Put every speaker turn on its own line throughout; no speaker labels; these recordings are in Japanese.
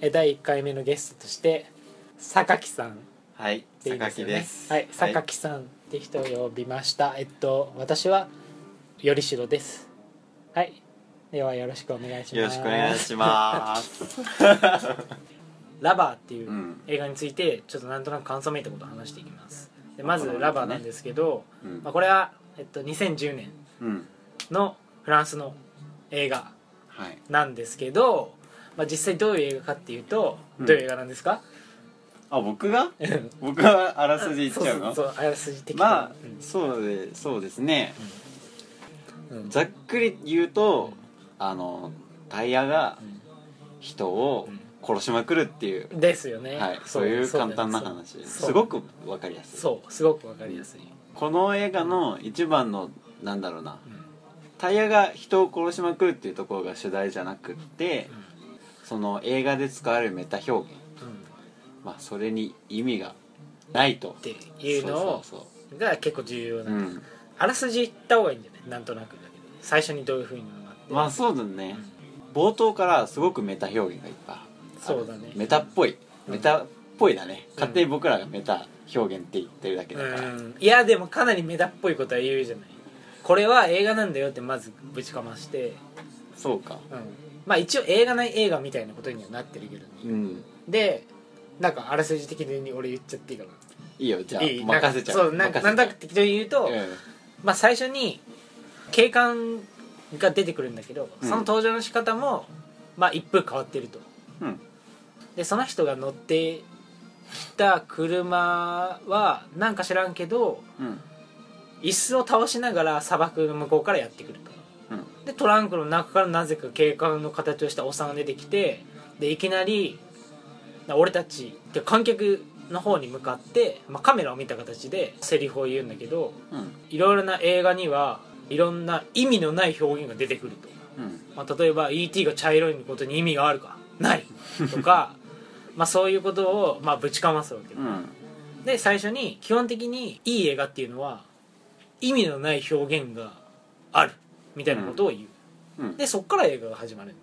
え第1回目のゲストとして榊さん
はい
でいいで
榊
すよ
で
ね
す
はい榊さんって人を呼びましたえっと私はよりしろですはいではよろしくお願いします
よろしくお願いします
ラバーっていううん映画についてちょっとなんとなく感想めいたことを話していきますでまず
そうなんですね
ラバーなんですけど、
うん
まあ、これは、えっと、2010年
うん
のフランスの映画
はい
なんですけど、まあ、実際どういう映画かっていうと、
うん
どういう映画なんです か
あ僕が
うん
僕はあらすじ言っ
そう
ちゃ
そうう
の
そうあらすじ的な
まあ、そうでそうですね
うんうん
ざっくり言うとあのタイヤが人を殺しまくるっていう、
ですよね、
はい、そういう簡単な話すご
く
くわかりやすい
そうすごくわかりやすい、
この映画の一番のなんだろうな
うん
タイヤが人を殺しまくるっていうところが主題じゃなくってその映画で使われるメタ表現
うんうん
まあそれに意味がないと
っていうのを
そうそう
が結構重要
そう
な、
うん
あらすじ言った方がいいんじゃないなんとなくだけど最初にどういうふうになって、
まあそうだね冒頭からすごくメタ表現がいっぱいある
そうだね
メタっぽいメタっぽいだね
うん
勝手に僕らがメタ表現って言ってるだけだから、
うんいやでもかなりメタっぽいことは言うじゃないこれは映画なんだよってまずぶちかまして、
そうか
うん、まあ一応映画ない映画みたいなことにはなってるけどね
うん
でなんかあらすじ的に俺言っちゃっていいかない
いよじゃあ
いい
任せちゃう
そうなんか
任
なん
せ
だ
ちゃ
か適当に言うと、
ううん
まあ最初に警官が出てくるんだけど
うん
その登場の仕方もまあ一風変わってると
うん
でその人が乗ってきた車はなんか知らんけど
うん
椅子を倒しながら砂漠の向こうからやってくると
うん
でトランクの中からなぜか警官の形をしたおっさんが出てきてでいきなりな俺たちって観客の方に向かって、まあ、カメラを見た形でセリフを言うんだけど
うん
いろいろな映画にはいろんな意味のない表現が出てくると、
うん
まあ、例えば E.T. が茶色いことに意味があるかないとか まあそういうことをまあぶちかますわけ、
うん
で最初に基本的にいい映画っていうのは意味のない表現があるみたいなことを言う、
うん
でそっから映画が始まるんね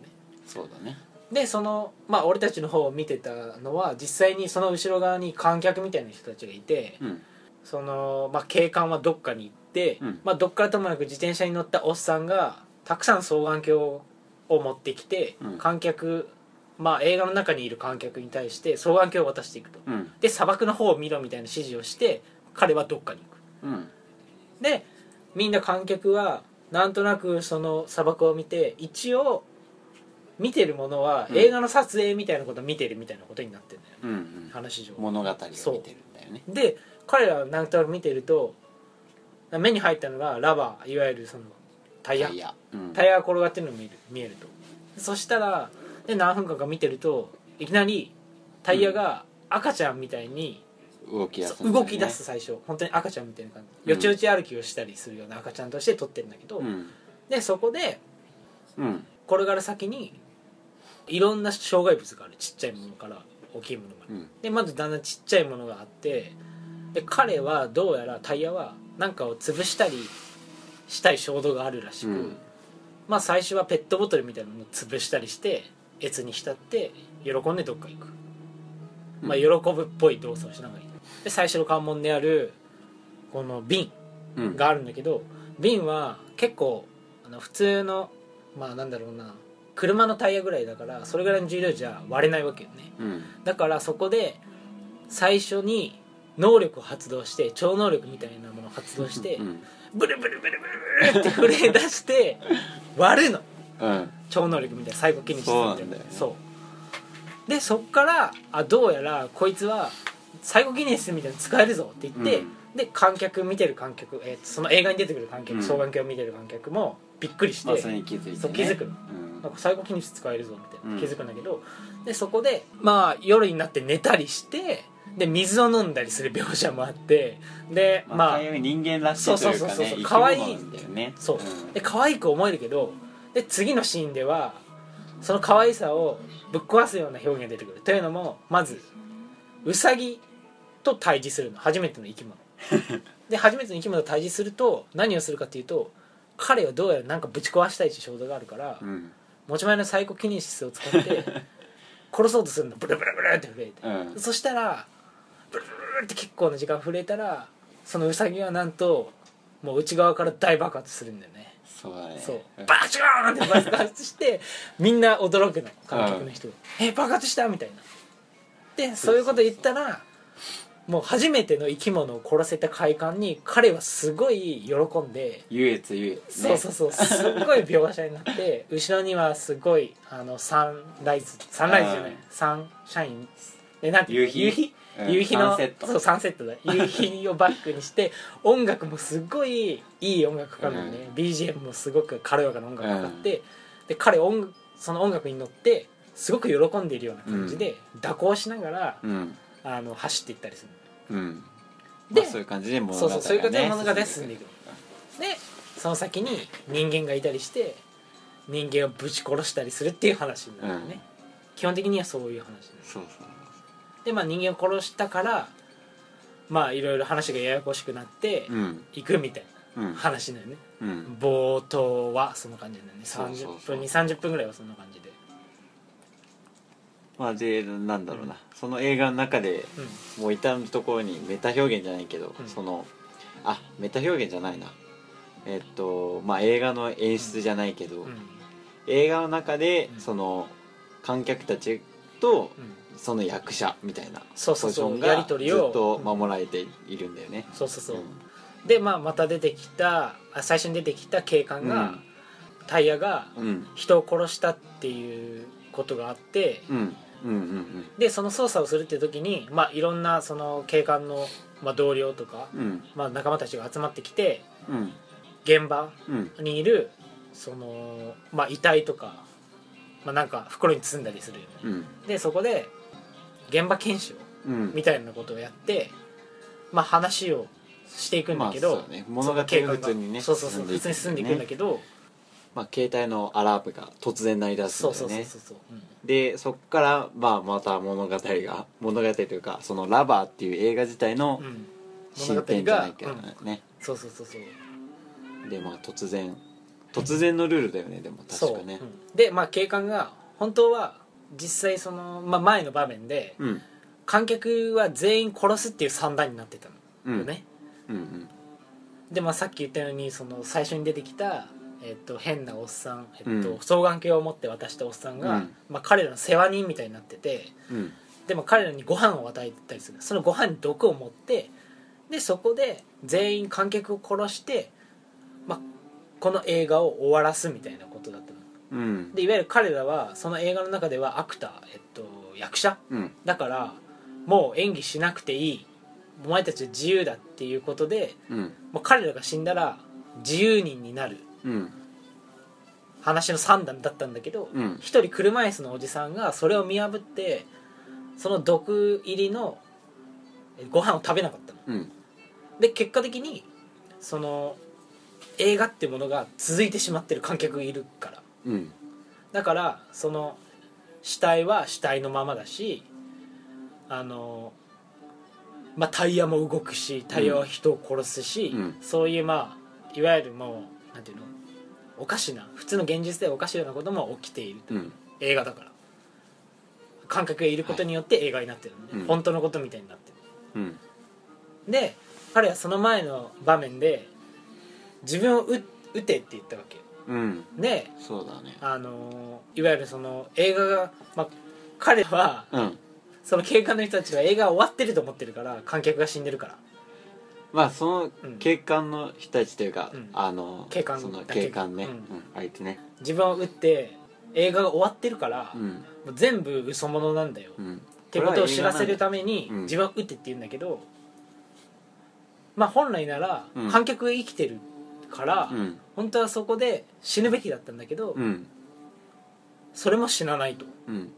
そうだね
でそのまあ俺たちの方を見てたのは実際にその後ろ側に観客みたいな人たちがいて、
うん
その、まあ、警官はどっかに行って、
うん
まあ、どっからともなく自転車に乗ったおっさんがたくさん双眼鏡を持ってきて、
うん
観客、まあ、映画の中にいる観客に対して双眼鏡を渡していくと
うん
で砂漠の方を見ろみたいな指示をして彼はどっかに行く
うん
でみんな観客はなんとなくその砂漠を見て一応見てるものは
うん
映画の撮影みたいなことを見てるみたいなことになってるんだよ、
うんうん
話上
物語を見てるんだよね
で彼らなんとなく見てると目に入ったのがラバーいわゆるそのタイヤ
タイヤうん
タイヤが転がってるのが見える見えるとそしたらで何分間か見てるといきなりタイヤが赤ちゃんみたいに、
動き出すんだよね
動き出す最初本当に赤ちゃんみたいな感じよちよち歩きをしたりするような赤ちゃんとして撮ってるんだけど、
うん
でそこで
うん
転がる先にいろんな障害物があるちっちゃいものから大きいものまで
うん
でまずだんだんちっちゃいものがあってで彼はどうやらタイヤはなんかを潰したりしたい衝動があるらしく、
うん
まあ最初はペットボトルみたいなのを潰したりして越に浸って喜んでどっか行く、まあ喜ぶっぽい動作をしながら行くで最初の関門であるこの瓶
うん
があるんだけど瓶は結構あの普通のまあなんだろうな車のタイヤぐらいだからそれぐらいの重量じゃ割れないわけよね、
うん
だからそこで最初に能力を発動して超能力みたいなものを発動して
うん
ブルブルブルブルブルって震え出 して割るの
うん
超能力みたいな最後気にしてた
そうなんだよね
そうでそっからあどうやらこいつは最後ギネスみたいなの使えるぞって言って、
うん
で観客見てる観客、えーその映画に出てくる観客、
うん
双眼鏡を見てる観客もびっくりして、
まあそれに気づいてね
そう気づくの
うん
なんか最後近日使えるぞみたいな
うん
気づくんだけど、でそこでまあ夜になって寝たりしてで水を飲んだりする描写もあってで
ま
ま
あ
あ
そういう人間らしいというか
そ
ね
うそうそうそう
生き
可愛い
物なんだよね
そう、
ん
で可愛く思えるけどで次のシーンではその可愛さをぶっ壊すような表現が出てくるというのもまずウサギと対峙するの初めての生き 物で初めての生き物と対峙すると何をするかっていうと彼はどうやらなんかぶち壊したいって衝動があるから、
うん
持ち前のサイコキネシスを使って殺そうとするのブルブルブルって震えて、
うん
そしたらブルブルブルって結構な時間震えたらそのウサギはなんともう内側から大爆発するんだよね
そうだね
そう
うん
バチューンって爆発してみんな驚くの観客の人が「え爆発した?」みたいなでそういうこと言ったらもう初めての生き物を殺せた快感に彼はすごい喜んで
優越優越
そうそうそうすっごい描写になって後ろにはすごいあのサンライズサンライズじゃな
う
い
ん
サンシャインえなんていう
夕
の
日
夕日
うん
夕日の
サンセット
そうサンセットだ夕日をバックにして音楽もすごいいい音楽かかるのね、BGM もすごく軽やかな音楽かかって、で彼音その音楽に乗ってすごく喜んでいるような感じで、蛇行しながら、
うん
あの走っていったりする
うん
で
まあそういう感じで物
そう
語が
そう
ね
そういうことで物語が進
進
ん
ん
で
で
い
い
く
く
でその先に人間がいたりして人間をぶち殺したりするっていう話になるのね、
うん
基本的にはそういう話です
そうそう
でまあ人間を殺したからまあいろいろ話がややこしくなって
うん
いくみたい
うん
な話だよね、
うん
冒頭はそんな感じだよね
そうそうそ
30
う
分に30分ぐらいはそんな感じで
まあでなんだろうな、その映画の中で
うん
もう至る所にメタ表現じゃないけど、
うん
そのあメタ表現じゃないなえっとまあ映画の演出じゃないけど、
うん
映画の中で
うん
その観客たちと
うん
その役者みたいな
そうそうそうやり取り
ず
を
っと守られているんだよね、
そうそうそう、
うん
で、まあ、また出てきたあ最初に出てきた警官が、タイヤが
うん
人を殺したっていうことがあって、
うんうんうんうん
でその捜査をするって時に、まあ、いろんなその警官の、まあ、同僚とか、
うん
まあ、仲間たちが集まってきて
うん
現場
うん
にいるその、まあ、遺体とか、まあ、なんか袋に包んだりするよね、
うん
でそこで現場検証
うん
みたいなことをやって、まあ、話をしていくんだけど、
まあそうだね物語は普通にね
そうそうそう普通に進んでいくんだ
ど、
けど、
まあ、携帯のアラームが突然鳴り出す
そう
んだ
そ
よ
うそう
ね
そうそう、う
でそこから、まあ、また物語が物語というかその「ラバー」っていう映画自体の
んうん、
進展じゃないけどね、
そうそうそうそう
でまあ突然突然のルールだよねでも確
そ
か
う、
ね
うんでまあ警官が本当は実際その、まあ、前の場面で
うん
観客は全員殺すっていう算段になってた
う
の
ん
よね、
うんうん
で、まあ、さっき言ったようにその最初に出てきた、えっと、変なおっさん、えっと
うん
双眼鏡を持って渡したおっさんが、
うん
まあ、彼らの世話人みたいになってて
うん
でも彼らにご飯を与えたりするそのご飯に毒を持ってでそこで全員観客を殺して、まあ、この映画を終わらすみたいなことだったの
うん
でいわゆる彼らはその映画の中ではアクター、えっと、役者
うん
だからもう演技しなくていいお前たちは自由だっていうことで
うん
もう彼らが死んだら自由人になる
うん
話の3段だったんだけど
うん
一、人車椅子のおじさんがそれを見破ってその毒入りのえご飯を食べなかったの
うん
で結果的にその映画ってものが続いてしまってる観客がいるから
うん
だからその死体は死体のままだしあの、まあ、タイヤも動くしタイヤは人を殺すし、
うん
そういうまあいわゆるもうなんていうのおかしな普通の現実ではおかしいようなことも起きていると、
うん
映画だから観客がいることによって映画になってるのね、
うん
本当のことみたいになってる
うん
で彼はその前の場面で自分を撃撃てって言ったわけよ
うん
で
そうだね
あのーいわゆるその映画が、まあ、彼は
うん
その警官の人たちが映画終わってると思ってるから観客が死んでるから
まあその
うん
警官の人たちというか、
うん
あの
警官
その
だけ
警官ね、
う
うんん相手ね
自分を撃って映画が終わってるから、
う
も
ん
う全部嘘物なんだよ、
う
っ
ん
てことを知らせるために、
これは映画なんだうん
自分を撃てって言うんだけどまあ本来なら
うん
観客が生きてるから、
うん
本当はそこで死ぬべきだったんだけど、
うん
それも死なないと
うん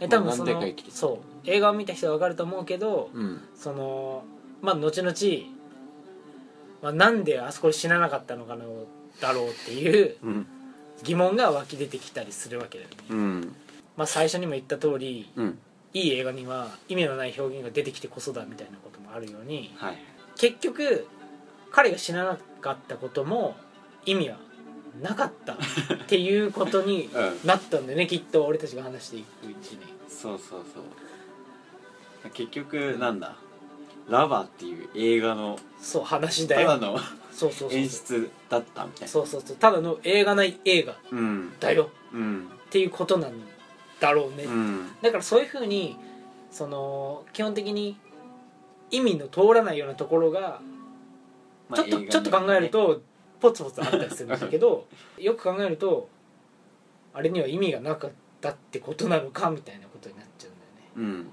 え多分
まあ
そ
何
の、
回か生きてる
そう映画を見た人は分かると思うけど、
うん
そのまあ後々、まあ、なんであそこで死ななかったのかのだろうっていう
うん
疑問が湧き出てきたりするわけだよね、
うん
まあ、最初にも言った通り
うん
いい映画には意味のない表現が出てきてこそだみたいなこともあるように
はい
結局彼が死ななかったことも意味は なかったっていうことになったんだよねきっと俺たちが話していくうちに
そうそうそう結局なんだ「ラバー」っていう映画の
そう話
た
だ
だ
よ
の
そうそうそう
演出だったみたいな
そうそうそうただの映画ない映画
うん
だよ
うん
っていうことなんだろうね、
うん
だからそういうふうにその基本的に意味の通らないようなところが
ま
ち
あ
ょっと、
映画
ちょっと考えるとポツポツあったりするんだけ どよく考えるとあれには意味がなかったってことなのかみたいなことになっちゃうんだよね
うん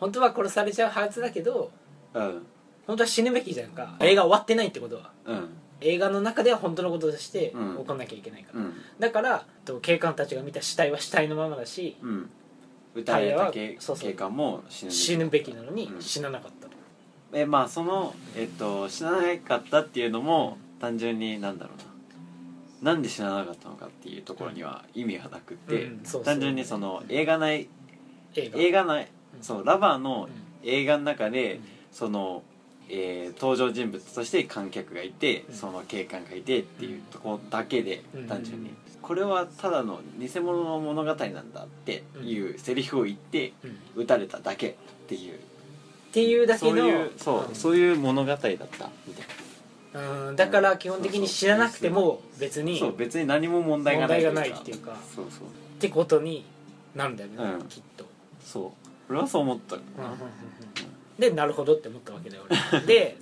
本当は殺されちゃうはずだけど
うん
本当は死ぬべきじゃんか映画終わってないってことは
うん
映画の中では本当のこととして
うん
起こんなきゃいけないから、
うん
だからと警官たちが見た死体は死体のままだし
うん撃たれたけ
彼はそうそう
警官も死ぬ
死ぬべきなのに
うん
死ななかったと、
えまあその、えっと、死ななかったっていうのも単純になんだろうななんで死ななかったのかっていうところには意味がなくって、
うんそうそう
単純にその映画内
映画
映画内
うん
そうラバー
う
の
ん
映画の中で、
うん
その、えー登場人物として観客がいて、
うん
その警官がいてっていうところだけで、
うん
単純に、これはただの偽物の物語なんだっていうセリフを言って
うん
撃たれただけっていう
っていうだけの
そういうそう,、
ん
そういう物語だったみたい
うんだから基本的に死ななくても別
な
に
そう
っ
別に何も問題がない
問題がないっていうか
そうそう
てことになるんだよね、
うん
きっと、
そう俺はそう思った、
でなるほどって思ったわけだよ俺で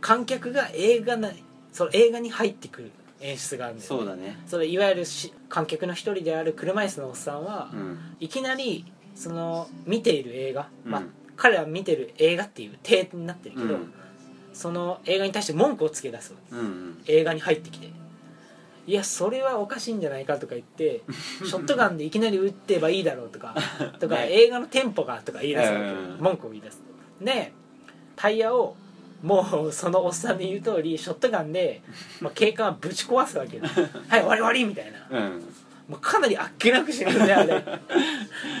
観客が映画内その映画に入ってくる演出があるんだよね、
そうだね
それいわゆるし観客の一人である車椅子のおっさんは、
うん
いきなりその見ている映画、まあ
うん
彼は見てる映画っていう体になってるけ
う
ど、
ん
その映画に対して文句をつけ出すわけ
うんうん
映画に入ってきていやそれはおかしいんじゃないかとか言って ショットガンでいきなり撃ってばいいだろうとかとか、
ね
映画のテンポがとか言い出すわけ、
うん
文句を言い出すでタイヤをもうそのおっさんで言う通りショットガンで、まあ、警官はぶち壊すわ けよはい終わり終わりみたいな
うん
もうかなりあっけなく死ぬんだよあれ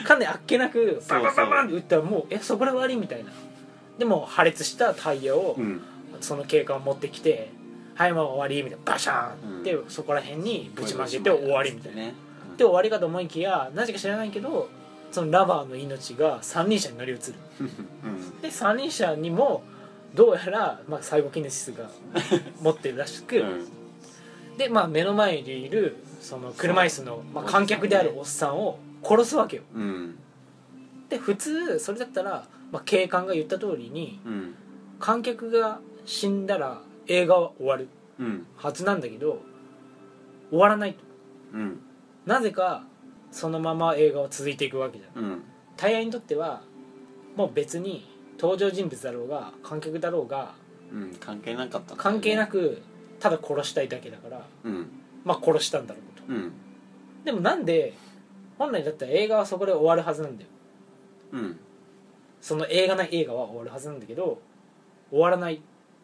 かなりあっけなくバンバンバンバンって撃ったらもうえそこで終わりみたいなでも破裂したタイヤを、
うん
その警官を持ってきて「はいもう終わり」みたいなバシャーンって、そこら辺にぶちまけて終わりみたいな。
ね
で終わりかと思いきやなぜか知らないけどそのラバーの命が三輪車に乗り移る
うん
で三輪車にもどうやら、まあ、サイボキネシスが持ってるらしく、
うん
で、まあ、目の前にいるその車椅子の、まあ、観客であるおっさんを殺すわけよ
うん
で普通それだったら、まあ、警官が言った通りに
うん
観客が死んだら映画は終わる
うん
はずなんだけど終わらないと
うん
なぜかそのまま映画は続いていくわけじゃん
うん
タイヤにとってはもう別に登場人物だろうが観客だろうが
うん関係なかったんだね
関係なくただ殺したいだけだから
うん
まあ殺したんだろうと
うん
でもなんで本来だったら映画はそこで終わるはずなんだよ
うん
その映画ない映画は終わるはずなんだけど終わらない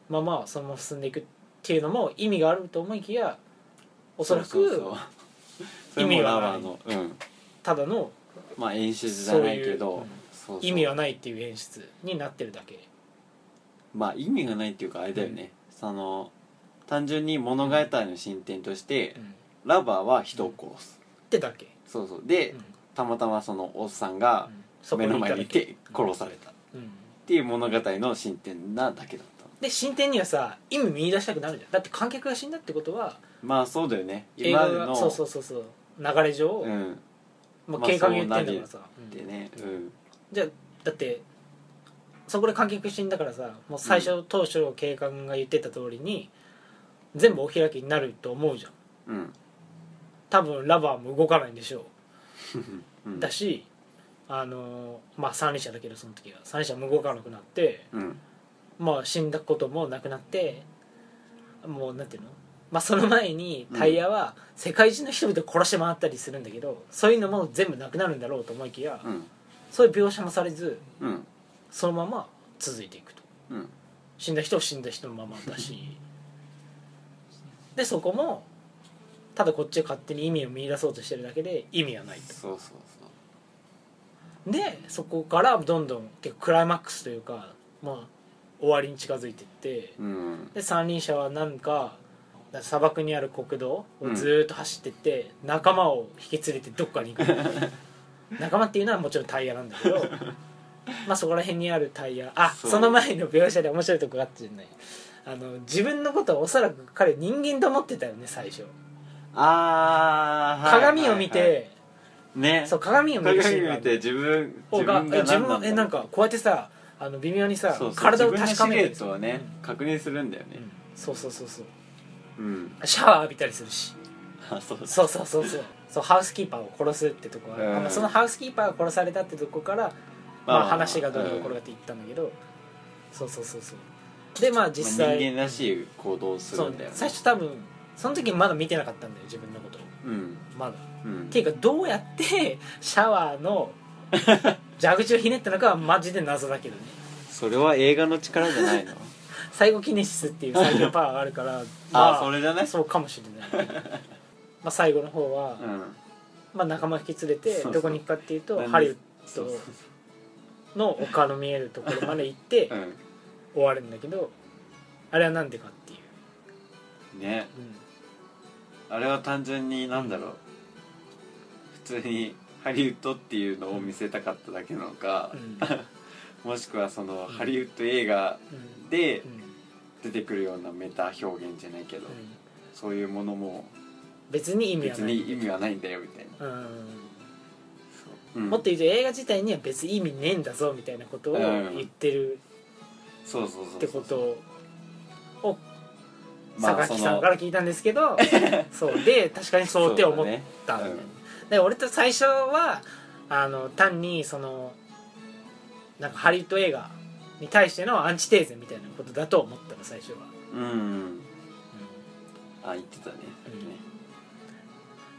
ままそのまま進んでいくっていうのも意味があると思いきやおそら
うう
く
そう
意
それも
味
ラ
はない
バーのうん
ただの
まあ演出じゃないけどそうそう
意味はないっていう演出になってるだけ
まあ意味がないっていうかあれだよね、その単純に物語の進展として、
うんっ
ラバーは人を殺す、
てだけ、
そうそうで、
うん
たまたまそのおっさんが
そこ
目
に
の
いた
前
だ
にい
け
て殺されたっ
うん
ていう物語の進展なだけだった
で進展にはさ意味見出したくなるじゃんだって観客が死んだってことは
まあそうだよね
映
今
画
までの
がそうそうそうそう流れ上、
うん
まあ、
まあ
警官が言ってんだからさ、うん
でねうん
じゃあだってそこで観客死んだからさもう最初、当初警官が言ってた通りに全部お開きになると思うじゃん
うん
多分ラバーも動かないんでしょう
うん
だし、あのーまあ三輪車だけどその時は三輪車も動かなくなって、
うん
まあ、死んだこともなくなってもうなんていうの、まあ、その前にタイヤは世界中の人々を殺して回ったりするんだけどそういうのも全部なくなるんだろうと思いきや、
うん
そういう描写もされず
うん
そのまま続いていくと
うん
死んだ人は死んだ人のままだしでそこもただこっちが勝手に意味を見出そうとしてるだけで意味はないと
そうそう
でそこからどんどんてかクライマックスというか、まあ、終わりに近づいていって
そううん
で三輪車はなんか砂漠にある国道をずーっと走ってって、仲間を引き連れてどっかに行く 仲間っていうのはもちろんタイヤなんだけどまあそこら辺にあるタイヤあ
そ
そうの前の描写で面白いとこがあったじゃないあの自分のことはおそらく彼人間と思ってたよね最初
あー、はい
鏡を見て、
はいはいね
そう鏡を見るシーン
鏡
があ
を
る
見て自分
お
自
が
分
え
が
自
何な
分
んだ
えなんかこうやってさあの微妙にさ
そうそう
体を確かめ
自分のシルエ
て
ットをね、確認するんだよ
うんう
ね
んそうそうそうそう
うん、
シャワー浴びたりするし
あそうです
そうそうそうそうそうハウスキーパーを殺すってとこは、
うん
まあそのハウスキーパーが殺されたってとこから、まあ、話がどうにか転がっていったんだけど、そうそうそうそうでまあ実
まあ
際、
人間らしい行動をす
そ
る
うん
だよね
最初多分その時まだ見てなかったんだよ自分のことを
うん
まだ
うん
っていうかどうやってシャワー の蛇口をひねったのかはマジで謎だけどね
それは映画の力じ ゃないの
最後キネシスっていう最強パワーがあるから
あそれじゃね
そうかもしれ ないまあ最後の方は、
うん
まあ、仲間引き連れて
そうそう
どこに行くかっていうと
なんで
ハリウッ
そうそう
ドの丘の見えるところまで行って
う
終わるんだけどあれはなんでかっていう、
んね
うん
あれは単純になんだろう普通にハリウッドっていうのを見せたかっただけなのか
う、ん
もしくはそのハリウッド映画
うん
で
うん
出てくるようなメタ表現じゃないけど、
うん
そういうものも
別に意味は
別
な
に
い、
意味はないんだよみたいな、
うん
うん
もっと言うと映画自体には別に意味ねえんだぞみたいなことを言ってる
そうそうそうそう
ってことを
まあ
榊さんから聞いたんですけ どそうで確かにそうって思っ
そ
た
うんだ
だ
ね
よねで俺と最初はあの単にそのなんかハリウッド映画に対してのアンチテーゼみたいなことだと思ったの最初は、
うん、うんあ言ってたね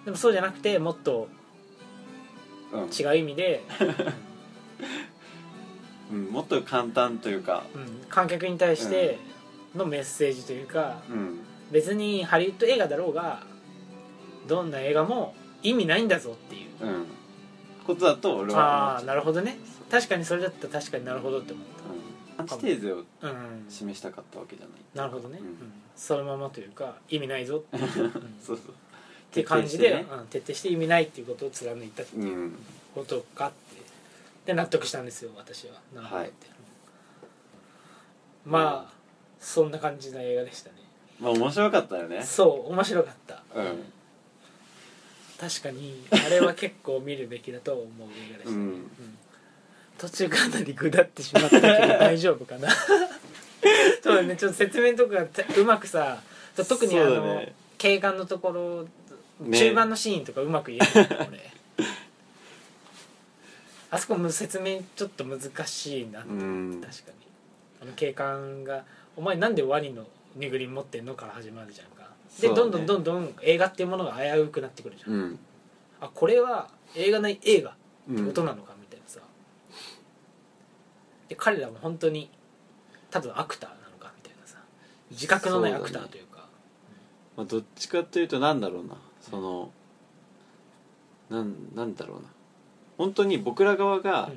でもそうじゃなくてもっと
うん
違う意味 で、
うん、もっと簡単というか
うん観客に対してのメッセージというか
うん
別にハリウッド映画だろうがどんな映画も意味ないんだぞっていう
うんことだと俺
あ
は思
あ
っ、
なるほどね確かにそれだったら確かになるほどって思った
うん、アンチテーゼを
たうん
示したかったわけじゃない
なるほどね、
うん
うんそのままというか意味ないぞっていう,うん、っ
そうそうって
感じで徹底,、うん、徹底して意味ないっていうことを貫いたって
う
いうんことかってで納得したんですよ私はなるほどって、うんまあそんな感じの映画でしたね
まあ面白かったよね
そう面白かった
うん
確かにあれは結構見るべきだと思う映画でした、
う
うん
ん
途中かなり下ってしまったけど大丈夫か なそうだねちょっと説明とかがたうまくさ特にあ
そうだ
の、
ね
警官のところ、
ね
中盤のシーンとかうまく言えないな俺あそこも説明ちょっと難しいな、
うん
確かにあの警官が「お前なんでワニのぬいぐり持ってんの?」から始まるじゃんかで、
そうだ
ど
ね
んどんどんどん映画っていうものが危うくなってくるじゃん、
うん
あこれは映画ない映画
う
って
ん
ことなのかみたいなさで彼らも本当に多分アクターなのかみたいなさ自覚のないアクターというか
まあ、どっちかというとなんだろうなそのなんなんだろうな本当に僕ら側が、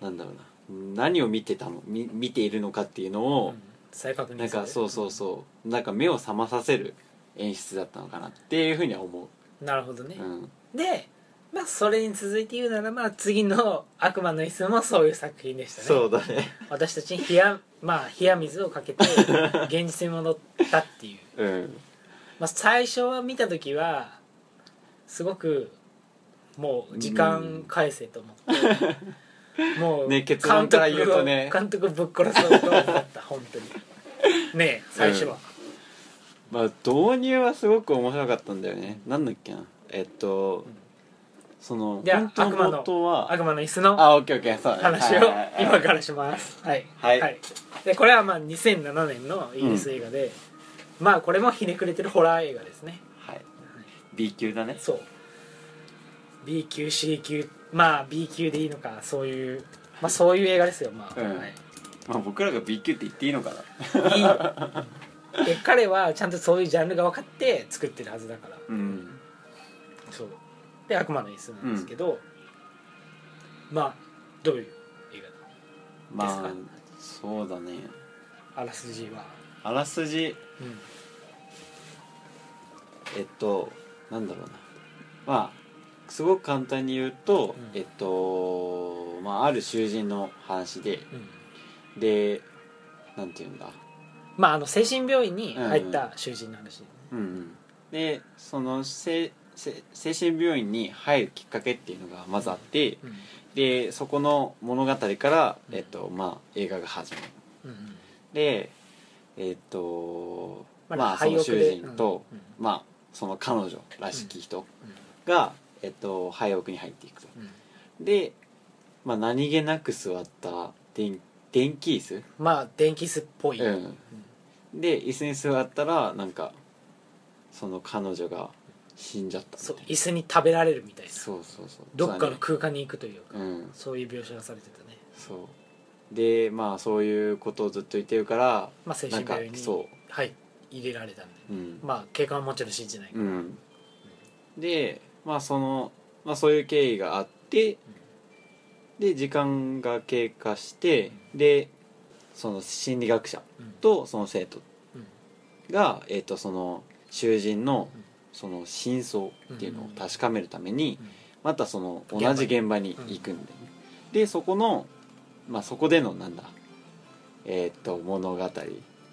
なんだろうな何を見てたのみ見ているのかっていうの
うん
を
うん、再確認
なんかそうそう
う
そうなんか目を覚まさせる演出だったのかなっていうふうには思
なるほど
う、
ね
う、ん、
でまあそれに続いて言うならまあ次の「悪魔の椅子」もそういう作品でしたね
そうだね
私たちに冷や,、まあ、冷や水をかけて 現実に戻ったっていう、
うん
まあ、最初は見た時はすごくもう時間返せと思って、もう
ね結論から言うとね
監督を監督ぶっ殺そうと思った本当にねえ最初は、
まあ導入はすごく面白かったんだよねなんだっけなえっと、
うん
その
で
本当
悪魔の
の元は
悪魔の椅子の
あオッケーオッケーそうだね
話を
はいはいはい
今からしますはい
はい
でこれはまあ2007年のイギリス映画で、まあこれもひねくれてるホラー映画ですね
はい B 級だね
そう B 級 C 級まあ B 級でいいのかそういうまあそういう映画ですよまあ、
うん
はい
まあ僕らが B 級って言っていいのかない
いよで彼はちゃんとそういうジャンルが分かって作ってるはずだから
うん
そうで「悪魔の椅子」なんですけど、まあどういう映
まあ
です
そうだね
画あらすじは、
あらすじ
うん
えっとなんだろうなまあすごく簡単に言うと、
うん
えっとまあある囚人の話で
うん
でなんていうんだ
まああの精神病院に入った囚人の話、
うんうんでそのせせ精神病院に入るきっかけっていうのがまずあって、
うん
でそこの物語から、
うん
えっとまあ、映画が始まる
うんうん
でえっとまあ、そ
廃
の
屋
囚
で
人と、
うんうん
まあその彼女らしき人が、えっと、廃屋に入っていくと
うんうん
で、まあ、何気なく座った電電気椅子、
まあ電気椅子っぽい、
うんで椅子に座ったらなんかその彼女が死んじゃったみた
そ
いうな
椅子に食べられるみたいな
そうそうそう
どっかの空間に行くというか、
うん
そういう描写がされてたね
そうでまあそういうことをずっと言ってるから
まあ精神病院
なんか
に
そ
はい入れられたんで
う、うん
まあ警官はもちろん信じないから、
うん、でまあその、まあ、そういう経緯があってで時間が経過してでその心理学者
うん
とその生徒
うん
が、えっとその囚人の
うん
その真相っていうのを確かめるために
うん
またその同じ現場に行くんだよねでそこの、まあ、そこでのなんだえっと物語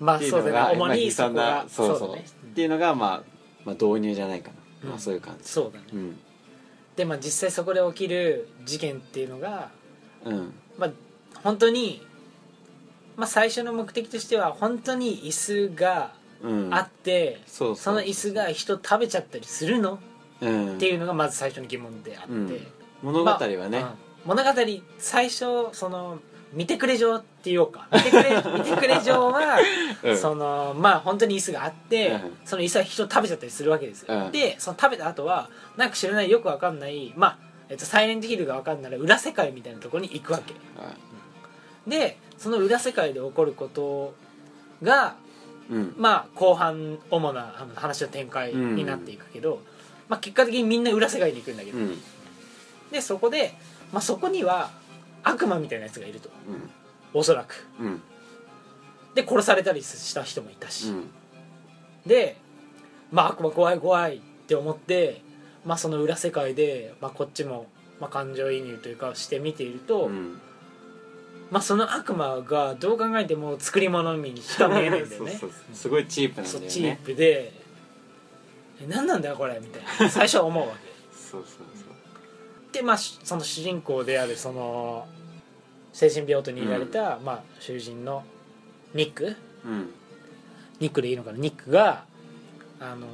ま
っ
あ
ていう
そ
の
う
が
だね
まあ
主に
悲
そ
惨
こ
な
が
そうそう
だね
っていうのが、まあ、まあ導入じゃないかな、まあ、そういう感じ、
そうだね
うん
でまあ実際そこで起きる事件っていうのが
うん
まあ本当にまあ最初の目的としては本当に椅子が
うん、
あって、
そうう
その椅子が人食べちゃったりするの、
うん
っていうのがまず最初の疑問であって、
うん物語はね、
まあうん物語最初その見てくれ状って言おうか見てく れ見てくれ状は、
うん
そのまあ本当に椅子があって、
うん
その椅子は人を食べちゃったりするわけですよ、
うん
でその食べた後はなんか知らないよくわかんないまあえっと、サイレントヒルが分かんない裏世界みたいなところに行くわけでその裏世界で起こることが
うん
まあ後半主なあの話の展開になっていくけど、まあ、結果的にみんな裏世界に行くんだけ
う
ど、
ん
でそこで、まあ、そこには悪魔みたいなやつがいると
うん
おそらく
うん
で殺されたりした人もいたし、
うん
で、まあ、悪魔怖い怖いって思って、まあ、その裏世界で、まあ、こっちも、まあ、感情移入というかして見ていると、
うん
まあ、その悪魔がどう考えても作り物にしか見えないんだよね
そうそうそうすごいチープなんだ
そ
よ
う
ね
チープで「え何なんだよこれ」みたいな最初は思うわけ
そうそうそ
でまあしその主人公であるその精神病とにいられた、まあ、囚人のニック
ううん
ニックでいいのかなニックがあの、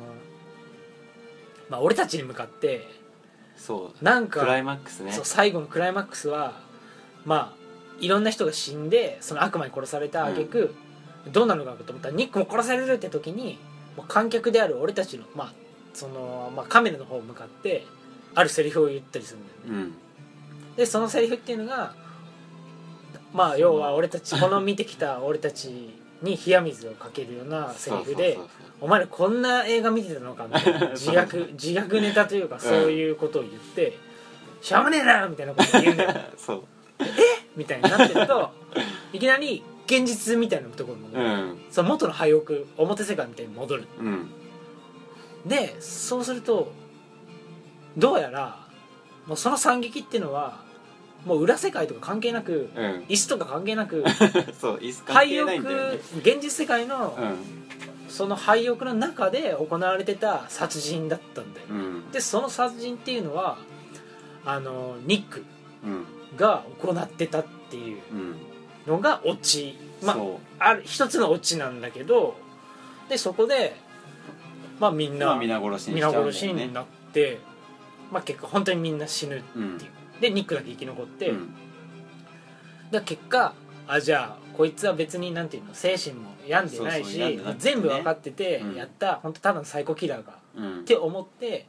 まあ、俺たちに向かって
そう
なんか
クライマックスね
そう最後のクライマックスはまあいろんな人が死んでその悪魔に殺された挙句、どうなるのかと思ったらニックも殺されるって時にもう観客である俺たちの,、まあそのまあ、カメラの方向かってあるセリフを言ったりするんだよね
うん
でそのセリフっていうのがまあ要は俺たちこの見てきた俺たちに冷や水をかけるようなセリフで
そうそうそう
お前らこんな映画見てたのかみたい な自虐自虐ネタというかそういうことを言って「しゃぶねえな!」みたいなこと言うんだよ
そう
みたいになってる といきなり現実みたいなところに戻
う
る、
ん
その元の廃屋表世界みたいに戻る
うん
でそうするとどうやらもうその惨劇っていうのはもう裏世界とか関係なく
うん
椅子とか関係なく
そう椅子 関
廃
係
屋、
ないんだよね
現実世界の、その廃屋の中で行われてた殺人だったんだよ、
うんうん
でその殺人っていうのはあのニック
うん
が行ってたっていう
うん
のがオチまあ
そ
ある一つのオチなんだけどでそこで、まあ、みん
うま
な
あ皆殺しにしち
皆
ゃうんだよね
殺しになって、まあ、結果本当にみんな死ぬって
うん
いうでニックだけ生き残って、
うん
だから結果あじゃあこいつは別になんていうの精神も病んでない
そう
し
そう病んでない
全部分かってて
うん
やった、本当ただのサイコキラーがっ
うん
て思って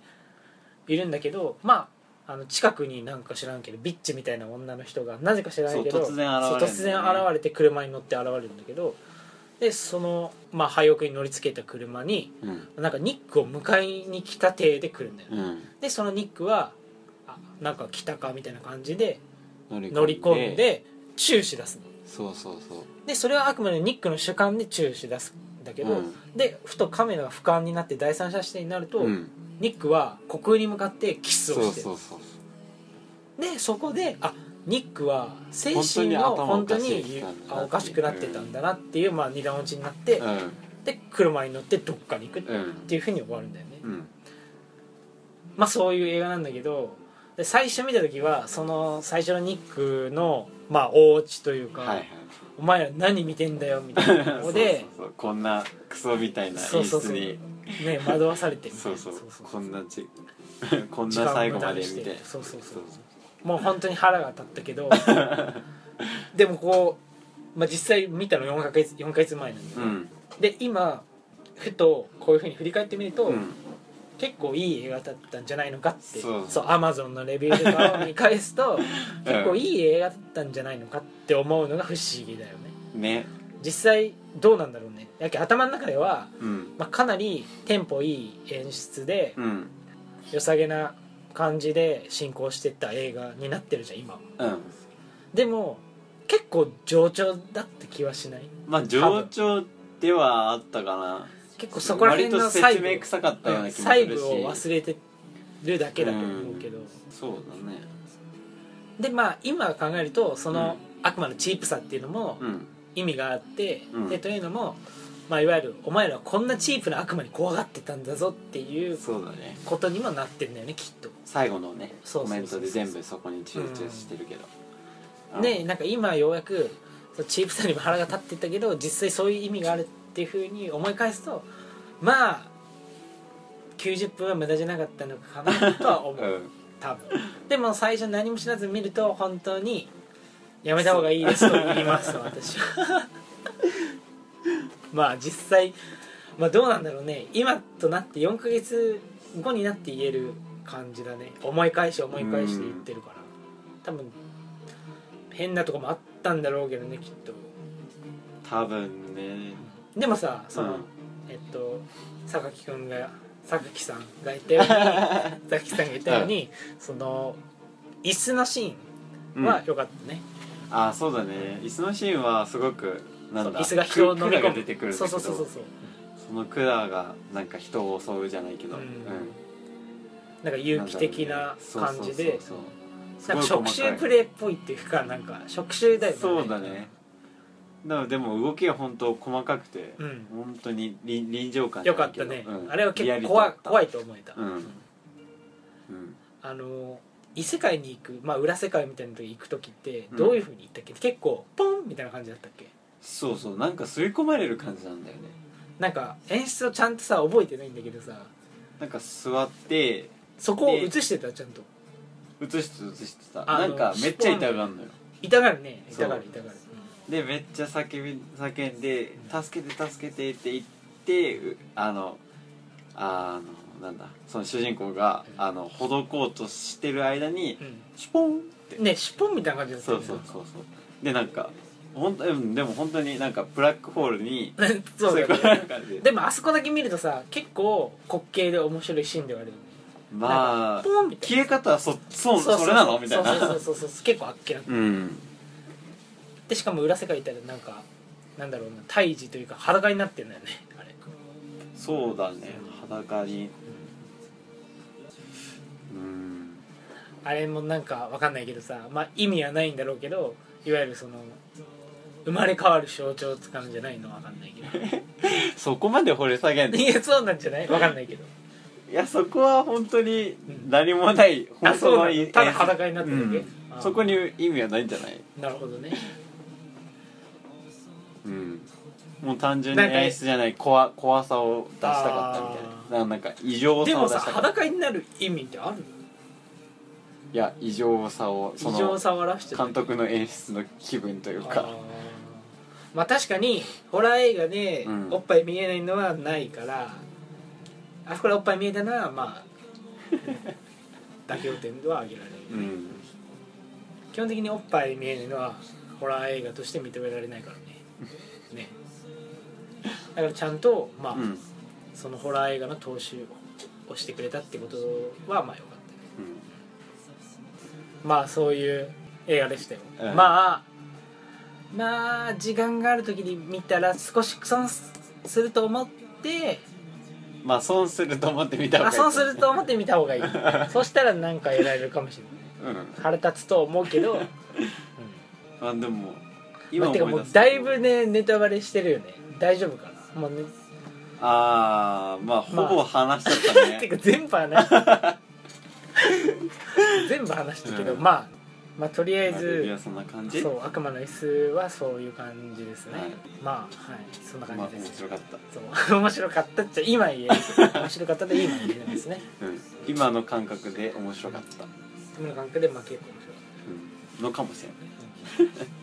いるんだけどまああの近くになんか知らんけどビッチみたいな女の人がなぜか知らないけど
そう突然現れるんだよね
そう突然現れて車に乗って現れるんだけどでその、まあ、廃屋に乗りつけた車に
うん
なんかニックを迎えに来た体で来るんだよね、
うん
でそのニックはあなんか来たかみたいな感じで乗
乗
り込んでチューし出すの
そうそうそう
でそれはあくまでニックの主観でチューし出すんだけど、
うん
でふとカメラが俯瞰になって第三者視点になると、
うん
ニックは虚空に向かってキスをして
そう
る
そうそう
でそこであニックは精
本当
神
に
の
頭
本
お
当
かし
に
い人なんだなっていう
あおかしくなってたんだなっていう、まあ、二段落ちになって、
うん
で車に乗ってどっかに行くっ
うん
ていうふうに終わるんだよね、
うん
まあそういう映画なんだけどで最初見た時はその最初のニックのまあ大落ちというか、
はいはい
お前ら何見てんだよみたいなので
そうそうそうこんなクソみたいな
そう
演
そうそ
出
う
に
ね惑わされてみたい
そう
な
そう
そう
こんなちこん
時間
な
を
最後ま
無
でみ
駄
たい
に
な
してそうそうそうもう本当に腹が立ったけ どでもこう、まあ、実際見たの4ヶ月4ヶ月前なんで、
うん
で今ふとこういうふうに振り返ってみると、
うん
結構いい映画だったんじゃないのかって
そう
アマゾンのレビューとかを見返す と結構いい映画だったんじゃないのかって思うのが不思議だよね
ね
実際どうなんだろうねやけ頭の中では、
うん
まあ、かなりテンポいい演出で、
うん
良さげな感じで進行してった映画になってるじゃん今は
うん
でも結構冗長だって気はしない
まあ冗長ではあったかな
結構そこら辺の細
割と説明
部
臭かったような気もす
細
るし
部を忘れてるだけだと思うけど、
そうだね
でまあ今考えるとその、悪魔のチープさっていうのも
うん
意味があって、
うん
でというのも、まあ、いわゆるお前らはこんなチープな悪魔に怖がってたんだぞっていう
そうだね
ことにもなってるんだよねきっと。
最後のね
そう
コ
そうそう
メン
そう
トで全部そこに集中してるけどうん
でなんか今ようやくそのチープさにも腹が立ってたけど実際そういう意味があるっていうふうに思い返すとまあ90分は無駄じゃなかったのかなとは思
う
うん多分でも最初何も知らず見ると本当にやめた方がいいですと言います私は まあ実際、まあ、どうなんだろうね今となって4ヶ月後になって言える感じだね思い返し思い返して言ってるから多分変なとこもあったんだろうけどねきっと
多分ね
でもさその、
うん
えっと榊君が榊さんが言った ように榊さんが言ったように、その椅子のシー
う
ン
ん
は良かったね、
あそうだね椅子のシーンはすごくな
そうん
だ
椅子が人を飲み
く
込
管が
む
出てくるんだ
そう
け
そ
ど
うそうそう
その管がなんか人を襲うじゃないけど
うん
うん
なんか有機的な感じで
そ
な
うん
か
そうそうそう
触
すごい細か
手
い
プレーっぽいっていうかなんか触手だよね
そうだねだからでも動きが本当細かくて、
うん
本当に臨臨場感じゃ
よ
な
か
い
っ
けど
たね、
うん
あれは
リア
結
リ
構
ティ
怖
あっ
い
た
怖いと思えた、
うんうん
あの異世界に行く、まあ、裏世界みたいなとこ行く時ってどういうふうに行ったっけ、結構ポンみたいな感じだったっけ
そうそうなんか吸い込まれる感じなんだよね
なんか演出をちゃんとさ覚えてないんだけどさ
なんか座って
そこを映してたちゃんと
映して映してた
あ
な
の
んかめっちゃ痛がんのよ
痛がるね
そう
痛がる痛がる
でめっちゃ叫び叫んで「助けて助けて」って言ってうあのあのなんだその主人公があのほどこうとしてる間に
うん、
シュポンって
うんねシュポンみたいな感じだった
そ
よ
う
ね
そうそうそうでなんかほんうんでも本当になんかブラックホールに
なんか そうだよ
吸い込まれ
ね
る感じ
でもあそこだけ見るとさ結構滑稽で面白いシーンではあるよね
まあ
ポンみたい
消え方はそそ
な
うそれなのみた
そう
いな
そうそうそう結構あっけなく
うん
でしかも裏世界行ったらなんかなんだろうな胎児というか裸になってるんだよねあれ
そうだね裸にうん
あれもなんかわかんないけどさ、まあ、意味はないんだろうけどいわゆるその生まれ変わる象徴をつかんじゃないのはわかんないけど
そこまで掘り下 げんの
いやそうなんじゃないわかんないけど
いやそこは本当に何もない、
あ
本当の
そうなのただ裸になってるだけ
うん
あー
そこに意味はないんじゃない、
なるほどね
うん、もう単純に
なんか
演出じゃない怖怖さを出したかったみたいななんか異常
で
さを
も
出
さ
したかった
裸になる意味ってある
いや異常さをそ
異常
の
さを表してる
監督の演出の気分という
あ
か
ーまあ確かにホラー映画で
うん
おっぱい見えないのはないから、あそこでおっぱい見えたのは まあ妥協点は挙げられる、
うん
基本的におっぱい見えないのはホラー映画として認められないからねねだからちゃんとまあ、
うん、うん
そのホラー映画の踏襲をしてくれたってことはまあよかったまあそういう映画でしたよ、
うん
まあまあ時間がある時に見たら少しそのすると思って
まあ損すると思って見た方が
あ
いい
そうすると思って見た方が いいそしたらなんか得られるかもしれない
うん
腹立つと思うけど、うん
あでも
ま
今
あてか
思
も
いう出す
だいぶねネタバレしてるよね大丈夫かなもうね
ああまあ
まあ
ほぼ話しちゃった ね、
てか全部話した全部話したけど、
うん
まあまあとりあえ
まあレビュー
ず
はそんな感じ
そう悪魔の椅子はそういう感じですね、
はい
まあはいそんな
ま
感
あ
じで
面
す、
白かった、
そう 面白かったっちゃ今言える面白かったで今言えるんですね
うん、今の感覚で面白かった、
今の感覚でまあ結構面白かった
うん、のかもしれない
うん